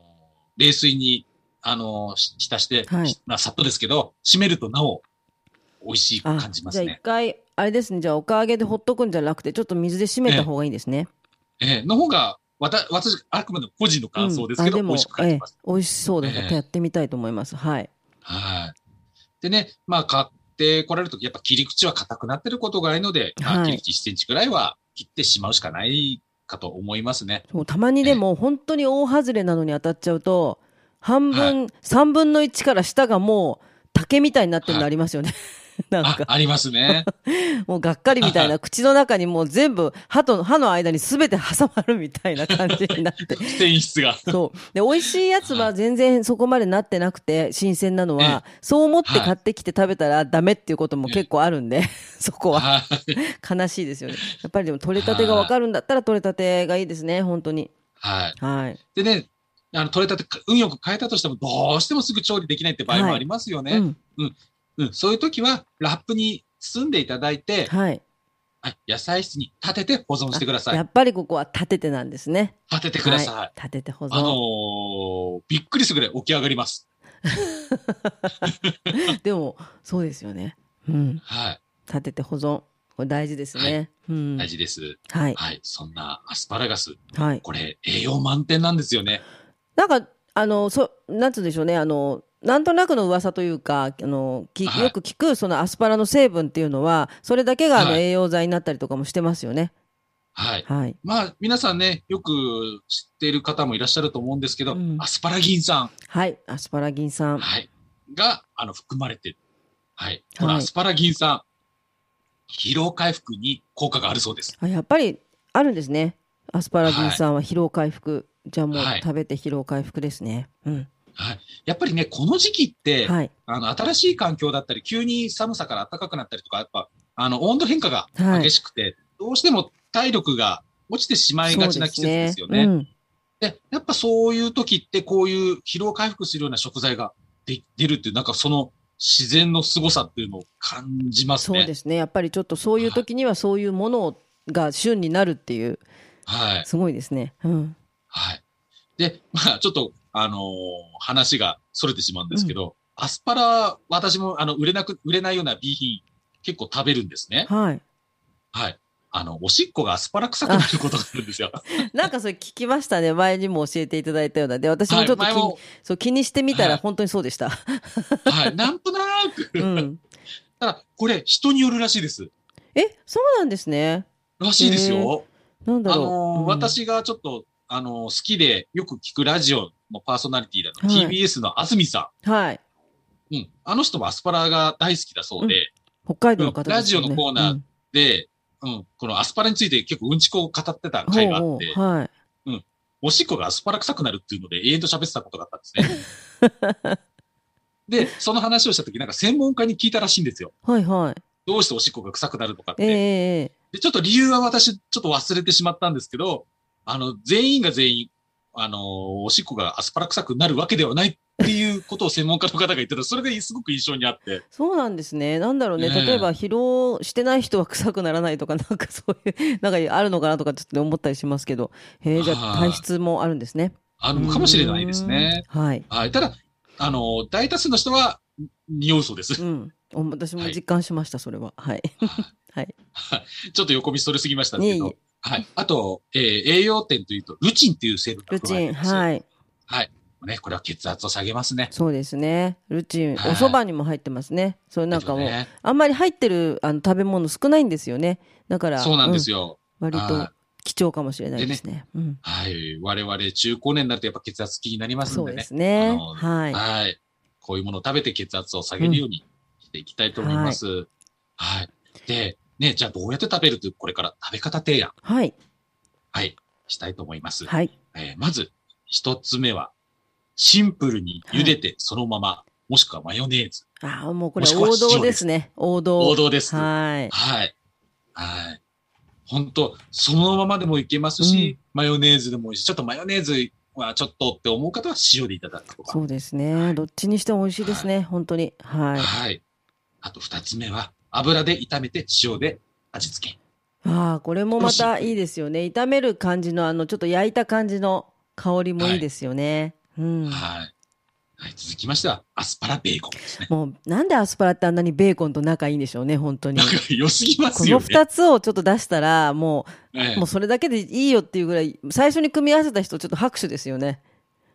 [SPEAKER 2] 冷水に、あの、し浸して、
[SPEAKER 1] はい
[SPEAKER 2] しまあ、さっとですけど、締めるとなお、美味しい
[SPEAKER 1] あ、
[SPEAKER 2] 感じま
[SPEAKER 1] じゃ
[SPEAKER 2] す
[SPEAKER 1] あ一
[SPEAKER 2] ね。
[SPEAKER 1] 回、あれですね、じゃあおかげでほっとくんじゃなくて、ちょっと水で締めた方がいいんですね。
[SPEAKER 2] えーの方が、わた、私、あくまでも個人の感想ですけど、
[SPEAKER 1] うんあ
[SPEAKER 2] 美味しく感じます。
[SPEAKER 1] ええ美味しそうだか
[SPEAKER 2] え
[SPEAKER 1] ら
[SPEAKER 2] え
[SPEAKER 1] やってみたいと思います。はい。
[SPEAKER 2] はい。でね、まあ、買ってこられるとき、やっぱ切り口は硬くなってることがあるので、まあ
[SPEAKER 1] はい
[SPEAKER 2] 切り口1センチくらいは切ってしまうしかないかと思いますね。
[SPEAKER 1] そうたまにでも、本当に大外れなのに当たっちゃうと、半分、三分の一から下がもう竹みたいになってるのありますよね。 [laughs] なん
[SPEAKER 2] あ
[SPEAKER 1] か、
[SPEAKER 2] ありま
[SPEAKER 1] [laughs]
[SPEAKER 2] すね。
[SPEAKER 1] もうがっかりみたいな、口の中にもう全部、歯と歯の間に全て挟まるみたいな感じにな [laughs] って。
[SPEAKER 2] 繊質が。
[SPEAKER 1] そう。で、美味しいやつは全然そこまでなってなくて、新鮮なのは、そう思って買ってきて食べたらダメっていうことも結構あるんで、 [laughs] そこは
[SPEAKER 2] はい。
[SPEAKER 1] 悲しいですよね。やっぱりでも取れたてがわかるんだったら取れたてがいいですね、本当に。
[SPEAKER 2] はい。
[SPEAKER 1] はい。
[SPEAKER 2] でね、あの、取れたて、運よく変えたとしても、どうしてもすぐ調理できないって場合もありますよね。
[SPEAKER 1] うん。
[SPEAKER 2] うん。そういうときは、ラップに包んでいただいて、
[SPEAKER 1] はい。
[SPEAKER 2] はい野菜室に立てて保存してくださ
[SPEAKER 1] や
[SPEAKER 2] い。
[SPEAKER 1] っぱりここは立ててなんですね。
[SPEAKER 2] 立ててください。
[SPEAKER 1] はい。立てて保
[SPEAKER 2] あの
[SPEAKER 1] 存。
[SPEAKER 2] ーびっくりするぐらい起き上がります。
[SPEAKER 1] でも、そうですよね。うん。
[SPEAKER 2] はい。
[SPEAKER 1] 立てて保存。これ大事ですね。うん。
[SPEAKER 2] 大事です。
[SPEAKER 1] はい。
[SPEAKER 2] はい。そんなアスパラガス、
[SPEAKER 1] はい。
[SPEAKER 2] これ、栄養満点なんですよね。
[SPEAKER 1] なんか、あの、そ、なんつうんでしょうね、あの、なんとなくの噂というか、あの、き
[SPEAKER 2] はい
[SPEAKER 1] よく聞く、そのアスパラの成分っていうのは、それだけが、あの、
[SPEAKER 2] はい
[SPEAKER 1] 栄養剤になったりとかもしてますよね。
[SPEAKER 2] はい。
[SPEAKER 1] はい。
[SPEAKER 2] まあ、皆さんね、よく知っている方もいらっしゃると思うんですけど、
[SPEAKER 1] うん
[SPEAKER 2] アスパラギン酸、
[SPEAKER 1] はい。アスパラギン酸。
[SPEAKER 2] はい、が、あの、含まれてる。はい。この
[SPEAKER 1] はい
[SPEAKER 2] アスパラギン酸、疲労回復に効果があるそうです。
[SPEAKER 1] あやっぱりあるんですね。アスパラギン酸は疲労回復。じゃあもう
[SPEAKER 2] はい
[SPEAKER 1] 食べて疲労回復ですね。うん。
[SPEAKER 2] はい。やっぱりね、この時期って、
[SPEAKER 1] はい。
[SPEAKER 2] あの、新しい環境だったり、急に寒さから暖かくなったりとか、やっぱ、あの、温度変化が
[SPEAKER 1] はい
[SPEAKER 2] 激しくて、どうしても体力が落ちてしまいがちな季節ですよね。
[SPEAKER 1] うん。
[SPEAKER 2] で、やっぱそういう時って、こういう疲労回復するような食材がで出るっていう、なんかその自然の凄さっていうのを感じます
[SPEAKER 1] そ
[SPEAKER 2] ね。
[SPEAKER 1] うですね。やっぱりちょっとそういう時にはそういうものが旬になるっていう、
[SPEAKER 2] はい。
[SPEAKER 1] すごいですね。うん。
[SPEAKER 2] はい。で、 [laughs] まあ、ちょっと、あのー話が逸れてしまうんですけど、アスパラ、私も、あの、売れなく、売れないような B 品、結構食べるんですね。
[SPEAKER 1] はい。
[SPEAKER 2] はい。あの、おしっこがアスパラ臭くなることがあるんで
[SPEAKER 1] [laughs]
[SPEAKER 2] すよ。
[SPEAKER 1] なんかそれ聞きましたね。前にも教えていただいたような。で、私も
[SPEAKER 2] は
[SPEAKER 1] ちょ
[SPEAKER 2] い。
[SPEAKER 1] っと気,、
[SPEAKER 2] 前も、
[SPEAKER 1] そう気にしてみた
[SPEAKER 2] は
[SPEAKER 1] ら
[SPEAKER 2] い
[SPEAKER 1] 本当にそうで
[SPEAKER 2] [laughs]
[SPEAKER 1] した。
[SPEAKER 2] はい。なんとなく。
[SPEAKER 1] [laughs] うん。
[SPEAKER 2] ただ、これ、人によるらしいです。
[SPEAKER 1] え、そうなんですね。
[SPEAKER 2] らしいですよ。
[SPEAKER 1] なんだ
[SPEAKER 2] あ
[SPEAKER 1] ろう。
[SPEAKER 2] のー
[SPEAKER 1] うん、
[SPEAKER 2] 私がちょっと、あのー好きでよく聞くラジオのパーソナリティだと、
[SPEAKER 1] はい
[SPEAKER 2] TBS の安住さ
[SPEAKER 1] はい。
[SPEAKER 2] ん。うん。あの人もアスパラが大好きだそうで、
[SPEAKER 1] 北海道の方です、ね。
[SPEAKER 2] ラジオのコーナー
[SPEAKER 1] うん
[SPEAKER 2] で、うん、このアスパラについて結構うんちこを語ってた回があ
[SPEAKER 1] ほうほ
[SPEAKER 2] っ
[SPEAKER 1] う
[SPEAKER 2] て、
[SPEAKER 1] はい。
[SPEAKER 2] おしっこがアスパラ臭くなるっていうので永遠と喋ってたことがあったん
[SPEAKER 1] [laughs]
[SPEAKER 2] ですね。で、その話をした時なんか専門家に聞いたらしいんですよ。
[SPEAKER 1] はいはい。
[SPEAKER 2] どうしておしっこが臭くなるとかっ
[SPEAKER 1] ええ
[SPEAKER 2] て。
[SPEAKER 1] ええ
[SPEAKER 2] で、ちょっと理由は私ちょっと忘れてしまったんですけど、あの、全員が全員、あのーおしっこがアスパラ臭くなるわけではないっていうことを専門家の方が言ってた。それがすごく印象にあって。
[SPEAKER 1] そうなんですね。なんだろうね。
[SPEAKER 2] ねえ
[SPEAKER 1] 例えば疲労してない人は臭くならないとか、 [laughs] なんかそういう、なんかあるのかなとかちょっと思ったりしますけど。へえ、じゃあ
[SPEAKER 2] はい
[SPEAKER 1] 体質もあるんですね。
[SPEAKER 2] あの、かもしれないですね。
[SPEAKER 1] うーん。はい。
[SPEAKER 2] はい。ただ、あのー大多数の人は、匂うそうです
[SPEAKER 1] [laughs] う。ん。お私も実感しました、それは。はい。はい。
[SPEAKER 2] ちょっと横道それすぎましたけ
[SPEAKER 1] いえい
[SPEAKER 2] ど
[SPEAKER 1] え。
[SPEAKER 2] はい。あと、えー栄養点というと、ルチンという成分が
[SPEAKER 1] ル
[SPEAKER 2] 含ま
[SPEAKER 1] チン、
[SPEAKER 2] れています。
[SPEAKER 1] はい。
[SPEAKER 2] ね、これは血圧を下げますね。
[SPEAKER 1] そうですね。ルチン、お
[SPEAKER 2] はい
[SPEAKER 1] 蕎麦にも入ってますね。それなんかもう、
[SPEAKER 2] ね
[SPEAKER 1] あんまり入ってるあの食べ物少ないんですよね。だから、
[SPEAKER 2] そうなんです
[SPEAKER 1] よ。
[SPEAKER 2] よ。
[SPEAKER 1] 割と
[SPEAKER 2] あ
[SPEAKER 1] 貴重かもしれないですね。うん。
[SPEAKER 2] はい。我々中高年になるとやっぱ血圧気になります
[SPEAKER 1] そ
[SPEAKER 2] ん
[SPEAKER 1] う
[SPEAKER 2] で
[SPEAKER 1] で
[SPEAKER 2] ね。
[SPEAKER 1] すね。
[SPEAKER 2] あの
[SPEAKER 1] はい。
[SPEAKER 2] はい。こういうものを食べて血圧を下げるようにしていきたいと思います。はい。で、ね、じゃあどうやって食べるという、これから食べ方提案、
[SPEAKER 1] はい。
[SPEAKER 2] はい、したいと思います。
[SPEAKER 1] はい。
[SPEAKER 2] えーまず、一つ目は、シンプルに茹でてそのまま、もしくはマヨネーズ。
[SPEAKER 1] ああ、もうこれ
[SPEAKER 2] もしくは
[SPEAKER 1] 王道
[SPEAKER 2] 塩
[SPEAKER 1] で
[SPEAKER 2] ですす
[SPEAKER 1] ね。王道。
[SPEAKER 2] 王道です。
[SPEAKER 1] はい。
[SPEAKER 2] はい。はい。本当そのままでもいけますし、マヨネーズでもいいし、ちょっとマヨネーズはちょっとって思う方は塩でいただくとか。
[SPEAKER 1] そうですね。どっちにしても美味しいですね。本当に。はい。
[SPEAKER 2] はい。あと二つ目は、油で炒めて塩で味付け。
[SPEAKER 1] ああ、これもまたいいですよね。炒める感じの、あの、ちょっと焼いた感じの香りもいいですよね。うん。
[SPEAKER 2] はい。はい、続きましては、アスパラベーコンですね。
[SPEAKER 1] もう、なんでアスパラってあんなにベーコンと仲 [laughs] いいんでしょうね、本当に
[SPEAKER 2] なん。か良すぎま
[SPEAKER 1] こ
[SPEAKER 2] す
[SPEAKER 1] の
[SPEAKER 2] よね。
[SPEAKER 1] 二つをちょっと出したら、も
[SPEAKER 2] え
[SPEAKER 1] う、
[SPEAKER 2] え
[SPEAKER 1] もうそれだけでいいよっていうぐらい、最初に組み合わせた人、ちょっと拍手ですよね。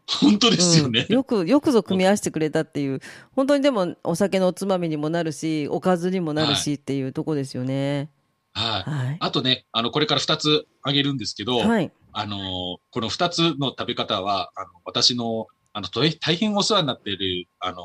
[SPEAKER 2] 本当ですよね。
[SPEAKER 1] うんよく、よくぞ組み合わせてくれたっていう、本当にでもお酒のおつまみにもなるし、おかずにもなるしっていうとこですよね。
[SPEAKER 2] はい。
[SPEAKER 1] はい。
[SPEAKER 2] あとね、あの、これから二つあげるんですけど、
[SPEAKER 1] はい。
[SPEAKER 2] あのーこの二つの食べ方は、あの、私の、あの、とえ大変お世話になっている、あのー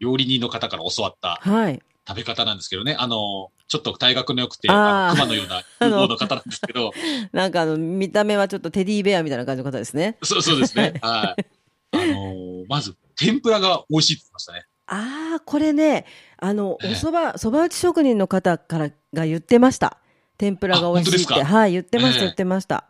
[SPEAKER 2] 料理人の方から教わった
[SPEAKER 1] はい。
[SPEAKER 2] 食べ方なんですけどね。あのーちょっと体格の良くて、
[SPEAKER 1] あー
[SPEAKER 2] あの、熊のような
[SPEAKER 1] [laughs] あの
[SPEAKER 2] 羽毛の方なんですけど、 [laughs]
[SPEAKER 1] なんかあの、見た目はちょっとテディベアみたいな感じの方ですね。
[SPEAKER 2] そう、そうですね。はい。あのーまず、天ぷらが美味しいって言ってましたね。
[SPEAKER 1] ああ、これね、あの、お
[SPEAKER 2] ええ
[SPEAKER 1] 蕎麦、蕎麦打ち職人の方からが言ってました。天ぷらが美味しいっ
[SPEAKER 2] あ本当
[SPEAKER 1] て。
[SPEAKER 2] です
[SPEAKER 1] はい、言ってました、
[SPEAKER 2] ええ
[SPEAKER 1] 言ってました。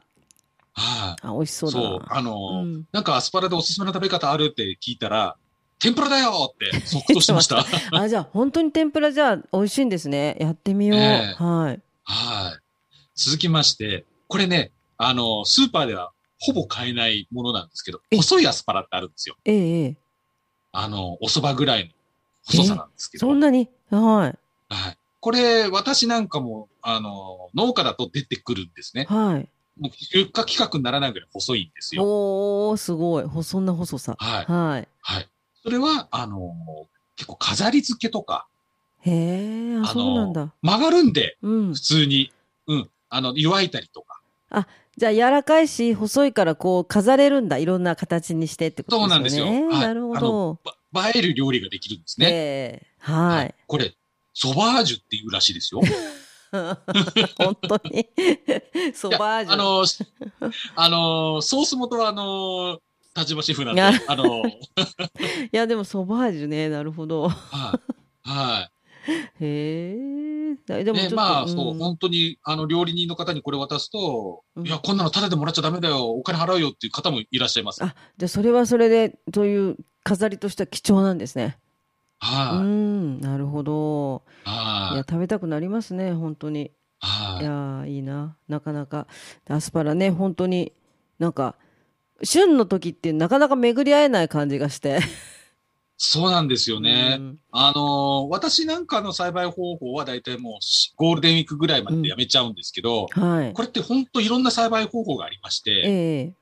[SPEAKER 2] は
[SPEAKER 1] あ、美味しそ
[SPEAKER 2] い。
[SPEAKER 1] うだ
[SPEAKER 2] そう、
[SPEAKER 1] な。
[SPEAKER 2] あのー
[SPEAKER 1] うん
[SPEAKER 2] なんかアスパラでおすすめの食べ方あるって聞いたら、天ぷらだよって即答してまし
[SPEAKER 1] ち
[SPEAKER 2] た。
[SPEAKER 1] あ、じゃあ本当に天ぷらじゃあ美味しいんですね。やってみよう。
[SPEAKER 2] ええ
[SPEAKER 1] はい。
[SPEAKER 2] はい。続きまして、これね、あの、スーパーではほぼ買えないものなんですけど、
[SPEAKER 1] え
[SPEAKER 2] 細いアスパラってあるんですよ。
[SPEAKER 1] ええええ、
[SPEAKER 2] あの、お蕎麦ぐらいの細さなんですけど。
[SPEAKER 1] そんなには
[SPEAKER 2] はい。これ、私なんかも、あの、農家だと出てくるんですね
[SPEAKER 1] い。。はい。
[SPEAKER 2] もう出荷規格にならないぐらい細いんですよ。
[SPEAKER 1] おー、すごい。ほそんな細さ。
[SPEAKER 2] はい。
[SPEAKER 1] はい。
[SPEAKER 2] はい。それは、あの、結構飾り付けとか、
[SPEAKER 1] へえ、あ、
[SPEAKER 2] の
[SPEAKER 1] そうなんだ。
[SPEAKER 2] 曲がるんで、
[SPEAKER 1] うん
[SPEAKER 2] 普。通に、うん、あの、湯わいたりとか、
[SPEAKER 1] あ、じゃあ柔らかいし、細いからこう飾れるんだ。いろんな形にしてってこと
[SPEAKER 2] そう
[SPEAKER 1] ですよね。
[SPEAKER 2] なんですよ。はい
[SPEAKER 1] なるほど。
[SPEAKER 2] あのば映える料理ができるんですね。
[SPEAKER 1] ええはい。
[SPEAKER 2] これ、ソバージュっていうらしいですよ。
[SPEAKER 1] [laughs] 本当
[SPEAKER 2] [laughs]
[SPEAKER 1] に。ソバージュ。[laughs]
[SPEAKER 2] あの、しあの、ソース元はあの、田島シェフなんで、
[SPEAKER 1] あ
[SPEAKER 2] あの、
[SPEAKER 1] いや、でもソバージュね。なるほど。
[SPEAKER 2] はい。はい。
[SPEAKER 1] へえ。だでもちょっ
[SPEAKER 2] ね、
[SPEAKER 1] と、
[SPEAKER 2] まあ、
[SPEAKER 1] ん
[SPEAKER 2] そう、本当に、あの、料理人の方にこれ渡すと、
[SPEAKER 1] うん
[SPEAKER 2] いや、こんなのタダでもらっちゃダメだよ、お金払うよっていう方もいらっしゃいます。
[SPEAKER 1] あ
[SPEAKER 2] はい、
[SPEAKER 1] じゃあそれはそれで、という飾りとしては貴重なんですね。うん、なるほど。い
[SPEAKER 2] は
[SPEAKER 1] や、食べたくなりますね、本当に。
[SPEAKER 2] い、はいい、
[SPEAKER 1] やーいいななかなかアスパラね本当になんか旬の時ってなかなか巡り合えない感じがして
[SPEAKER 2] そうなんですよね。
[SPEAKER 1] うん
[SPEAKER 2] あの、私なんかの栽培方法は大体もうし、ゴールデンウィークぐらいまでやめちゃうんですけど、
[SPEAKER 1] はい
[SPEAKER 2] これって本当いろんな栽培方法がありまして、
[SPEAKER 1] ええ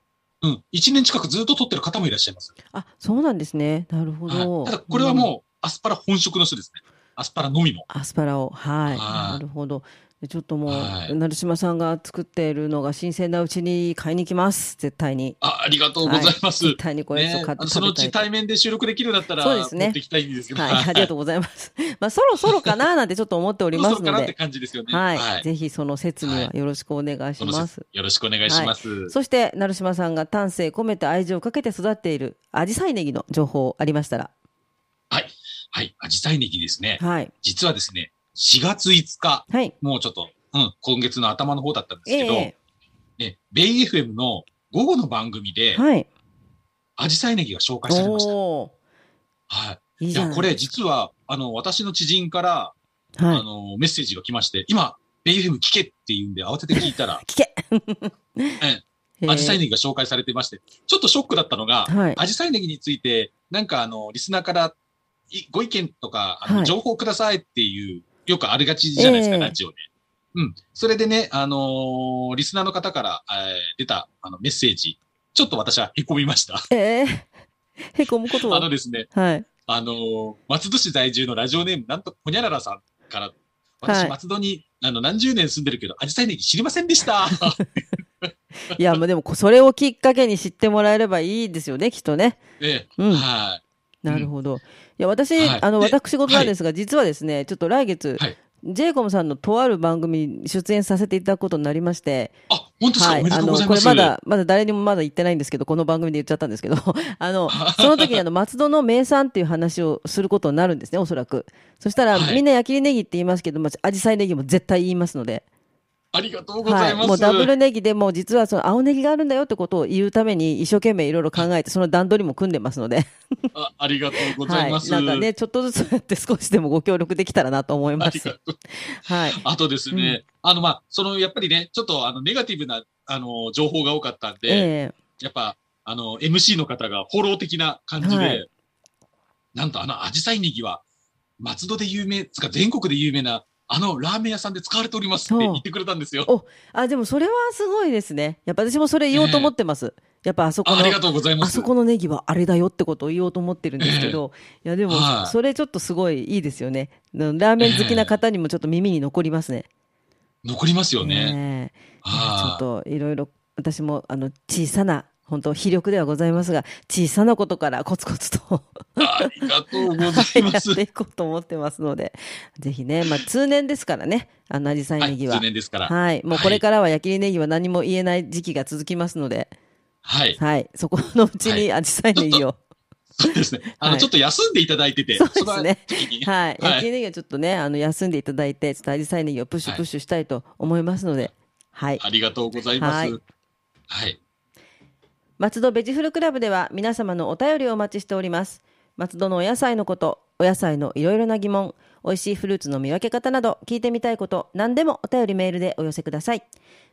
[SPEAKER 2] うん、1年近くずっと取ってる方もいらっしゃいます。
[SPEAKER 1] あそうなんですねなるほ
[SPEAKER 2] は
[SPEAKER 1] ど、
[SPEAKER 2] い、ただ、これは
[SPEAKER 1] うん
[SPEAKER 2] もう、アスパラ本職の人ですね。アスパラのみの。
[SPEAKER 1] アスパラをはい
[SPEAKER 2] はい
[SPEAKER 1] なるほどでちょっともう、
[SPEAKER 2] はい
[SPEAKER 1] 成島さんが作っているのが新鮮なうちに買いに行きます絶対に
[SPEAKER 2] あ、ありがとうございます。
[SPEAKER 1] 絶対にこれ
[SPEAKER 2] ね
[SPEAKER 1] を買っ
[SPEAKER 2] あの
[SPEAKER 1] て
[SPEAKER 2] そのう
[SPEAKER 1] 食べ
[SPEAKER 2] ち
[SPEAKER 1] たい
[SPEAKER 2] 対面で収録できるようだったら、
[SPEAKER 1] そうですね
[SPEAKER 2] 持ってきたいんですけど、 [laughs]
[SPEAKER 1] はいありがとうございます [laughs] まあそろそろかななんてちょっと思っております
[SPEAKER 2] [laughs] そろそ
[SPEAKER 1] の
[SPEAKER 2] ろ
[SPEAKER 1] で
[SPEAKER 2] かなって感じですよね。
[SPEAKER 1] はい、ぜひその説にはよろしくお願いし
[SPEAKER 2] その
[SPEAKER 1] ます
[SPEAKER 2] 節、よろしくお願いします。
[SPEAKER 1] そして、成島さんが丹精込めて愛情をかけて育っている、アジサイネギの情報ありましたら。
[SPEAKER 2] はい、アジサイネギですね。
[SPEAKER 1] はい。
[SPEAKER 2] 実はですね、4月5日、
[SPEAKER 1] はい。
[SPEAKER 2] もうちょっと、うん、今月の頭の方だったんですけど、
[SPEAKER 1] え
[SPEAKER 2] ね、ベイ FM の午後の番組
[SPEAKER 1] え
[SPEAKER 2] で、
[SPEAKER 1] はい。
[SPEAKER 2] アジサイネギが紹介されました。
[SPEAKER 1] お
[SPEAKER 2] は
[SPEAKER 1] ー
[SPEAKER 2] い。
[SPEAKER 1] いい
[SPEAKER 2] い
[SPEAKER 1] じゃ
[SPEAKER 2] や、
[SPEAKER 1] ん。
[SPEAKER 2] これ実は、あの、私の知人から、
[SPEAKER 1] は
[SPEAKER 2] あ
[SPEAKER 1] い。
[SPEAKER 2] の、メッセージが来まして、今、ベイ FM 聞けって言うんで、慌てて聞いたら、
[SPEAKER 1] 聞
[SPEAKER 2] [laughs]
[SPEAKER 1] け [laughs] え
[SPEAKER 2] アジサイネギが紹介されてまして、ちょっとショックだったのが、
[SPEAKER 1] はい。
[SPEAKER 2] アジサイネギについて、なんかあの、リスナーからいご意見とか、あの
[SPEAKER 1] はい
[SPEAKER 2] 情報くださいっていう、よくあるがちじゃないですか、
[SPEAKER 1] ええ
[SPEAKER 2] ラジオで。うん。それでね、あのーリスナーの方から、えー出たあのメッセージ、ちょっと私は凹みました。
[SPEAKER 1] ええへこむこと
[SPEAKER 2] あ
[SPEAKER 1] は
[SPEAKER 2] の。ですね、
[SPEAKER 1] はい。
[SPEAKER 2] あのー松戸市在住のラジオネーム、なんと、ほにゃららさんから、私、
[SPEAKER 1] はい
[SPEAKER 2] 松戸に、あの、何十年住んでるけど、アジサイネギ知りませんで
[SPEAKER 1] [laughs]
[SPEAKER 2] した。
[SPEAKER 1] いや、もうでも、こそれをきっかけに知ってもらえればいいですよね、きっとね。
[SPEAKER 2] ええ
[SPEAKER 1] うん
[SPEAKER 2] はい。
[SPEAKER 1] なるほど。いや、私、
[SPEAKER 2] はい
[SPEAKER 1] あの、
[SPEAKER 2] で
[SPEAKER 1] 私事なんですが、実はですね、ちょっと来月、
[SPEAKER 2] はい
[SPEAKER 1] ジェイコムさんのとある番組に出演させていただくことになりまして、
[SPEAKER 2] あ、本当ですか、
[SPEAKER 1] はい
[SPEAKER 2] おめ、で
[SPEAKER 1] あ
[SPEAKER 2] とう
[SPEAKER 1] の
[SPEAKER 2] ござい
[SPEAKER 1] こ
[SPEAKER 2] ま
[SPEAKER 1] れ
[SPEAKER 2] す。
[SPEAKER 1] まだ、まだ誰にもまだ言ってないんですけど、この番組で言っちゃったんですけど、 [laughs] あ
[SPEAKER 2] [laughs]
[SPEAKER 1] の、その時にあの、松戸の名産っていう話をすることになるんですね、おそらく。そしたら、
[SPEAKER 2] はい
[SPEAKER 1] みんな焼きネギって言いますけど、まあ、アジサイネギも絶対言いますので、
[SPEAKER 2] ありがとうございます。
[SPEAKER 1] い、もうダブルネギでもう実はその青ネギがあるんだよってことを言うために一生懸命いろいろ考えて、その段取りも組んでますので、
[SPEAKER 2] あありがとうござ
[SPEAKER 1] はいい、
[SPEAKER 2] ます。
[SPEAKER 1] なんかね、ちょっとずつやって少しでもご協力できたらなと思い
[SPEAKER 2] あ
[SPEAKER 1] ま
[SPEAKER 2] りが
[SPEAKER 1] す。
[SPEAKER 2] とう。
[SPEAKER 1] [laughs] はい。
[SPEAKER 2] あとですね、あの、まあ、その、やっぱりね、ちょっと、あの、ネガティブな、あの、情報が多かったんで、
[SPEAKER 1] え
[SPEAKER 2] やっぱ、あの、MC の方がフォロー的な感じで、
[SPEAKER 1] はい
[SPEAKER 2] なんと、あの、アジサイネギは、松戸で有名、つか全国で有名な、あの、ラーメン屋さんで使われておりますって
[SPEAKER 1] そう
[SPEAKER 2] 言ってくれたんですよ。
[SPEAKER 1] おえあ、でもそれはすごいですね。やっぱ私もそれ言おうと思ってます。やっぱあそこ
[SPEAKER 2] ああ
[SPEAKER 1] の
[SPEAKER 2] りがとうございま
[SPEAKER 1] [laughs] あ
[SPEAKER 2] す。
[SPEAKER 1] そこのネギはあれだよってことを言おうと思ってるんですけ
[SPEAKER 2] [laughs]
[SPEAKER 1] ど、いやでも
[SPEAKER 2] は、い
[SPEAKER 1] それちょっとすごいいいですよね。なラーメン好きな方にもちょっと耳に残りますね。
[SPEAKER 2] 残りますよね。
[SPEAKER 1] ねえいや
[SPEAKER 2] は
[SPEAKER 1] ちょっといろいろ、私もあの小さな、本当、非力ではございますが、小さなことからコツコツと
[SPEAKER 2] いありがとうござ
[SPEAKER 1] [laughs] や
[SPEAKER 2] いま
[SPEAKER 1] っ
[SPEAKER 2] す。
[SPEAKER 1] ていこうと思ってますので、ぜひね、まあ、通年ですからね、あの、アジサイ
[SPEAKER 2] は
[SPEAKER 1] ネ
[SPEAKER 2] い、
[SPEAKER 1] ギは。
[SPEAKER 2] 通年ですから。
[SPEAKER 1] はい。もうこれからは焼きネギは何も言えない時期が続きますので、
[SPEAKER 2] はい。
[SPEAKER 1] はい。そこのうちにアジサイネギを。
[SPEAKER 2] そうですね。あの、
[SPEAKER 1] はい
[SPEAKER 2] ちょっと休んでいただいてて、
[SPEAKER 1] そうですね
[SPEAKER 2] その時に
[SPEAKER 1] はい。
[SPEAKER 2] はい
[SPEAKER 1] 焼きネギはちょっとね、あの、休んでいただいて、ちょっとアジサイネギをプッシュプッシュしたいと思いますので、はい。
[SPEAKER 2] ありがとうございます。
[SPEAKER 1] は
[SPEAKER 2] はいい。
[SPEAKER 1] 松戸ベジフルクラブでは皆様のお便りをお待ちしております。松戸のお野菜のこと、お野菜のいろいろな疑問、美味しいフルーツの見分け方など、聞いてみたいこと、何でもお便りメールでお寄せください。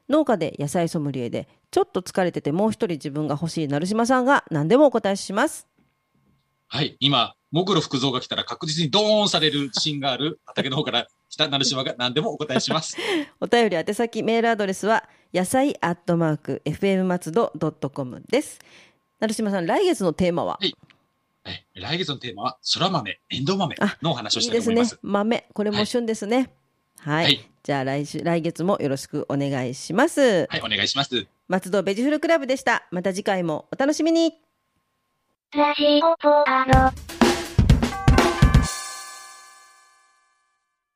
[SPEAKER 1] 農家で野菜ソムリエで、ちょっと疲れててもう一人自分が欲しい成島さんが何でもお答えします。
[SPEAKER 2] はい。今、もぐろ福蔵が来たら確実にドーンされる自信が
[SPEAKER 1] [laughs]
[SPEAKER 2] ある畑の方から来た成島が何でもお答えします。
[SPEAKER 1] お便り宛先メールアドレスは、野菜アットマーク、fm 松戸 .com です。成島さん、来月のテーマは
[SPEAKER 2] はいはい来月のテーマは、そら豆、エンドウ豆
[SPEAKER 1] あ
[SPEAKER 2] のお話を
[SPEAKER 1] い
[SPEAKER 2] し
[SPEAKER 1] い
[SPEAKER 2] たい
[SPEAKER 1] で
[SPEAKER 2] と
[SPEAKER 1] すね
[SPEAKER 2] 思います。。
[SPEAKER 1] 豆。これも旬ですね。はい。
[SPEAKER 2] はい
[SPEAKER 1] じゃあ来週、来月もよろしくお願いします。
[SPEAKER 2] はい、お願いします。
[SPEAKER 1] 松戸ベジフルクラブでした。また次回もお楽しみに。
[SPEAKER 3] ラジオポアド。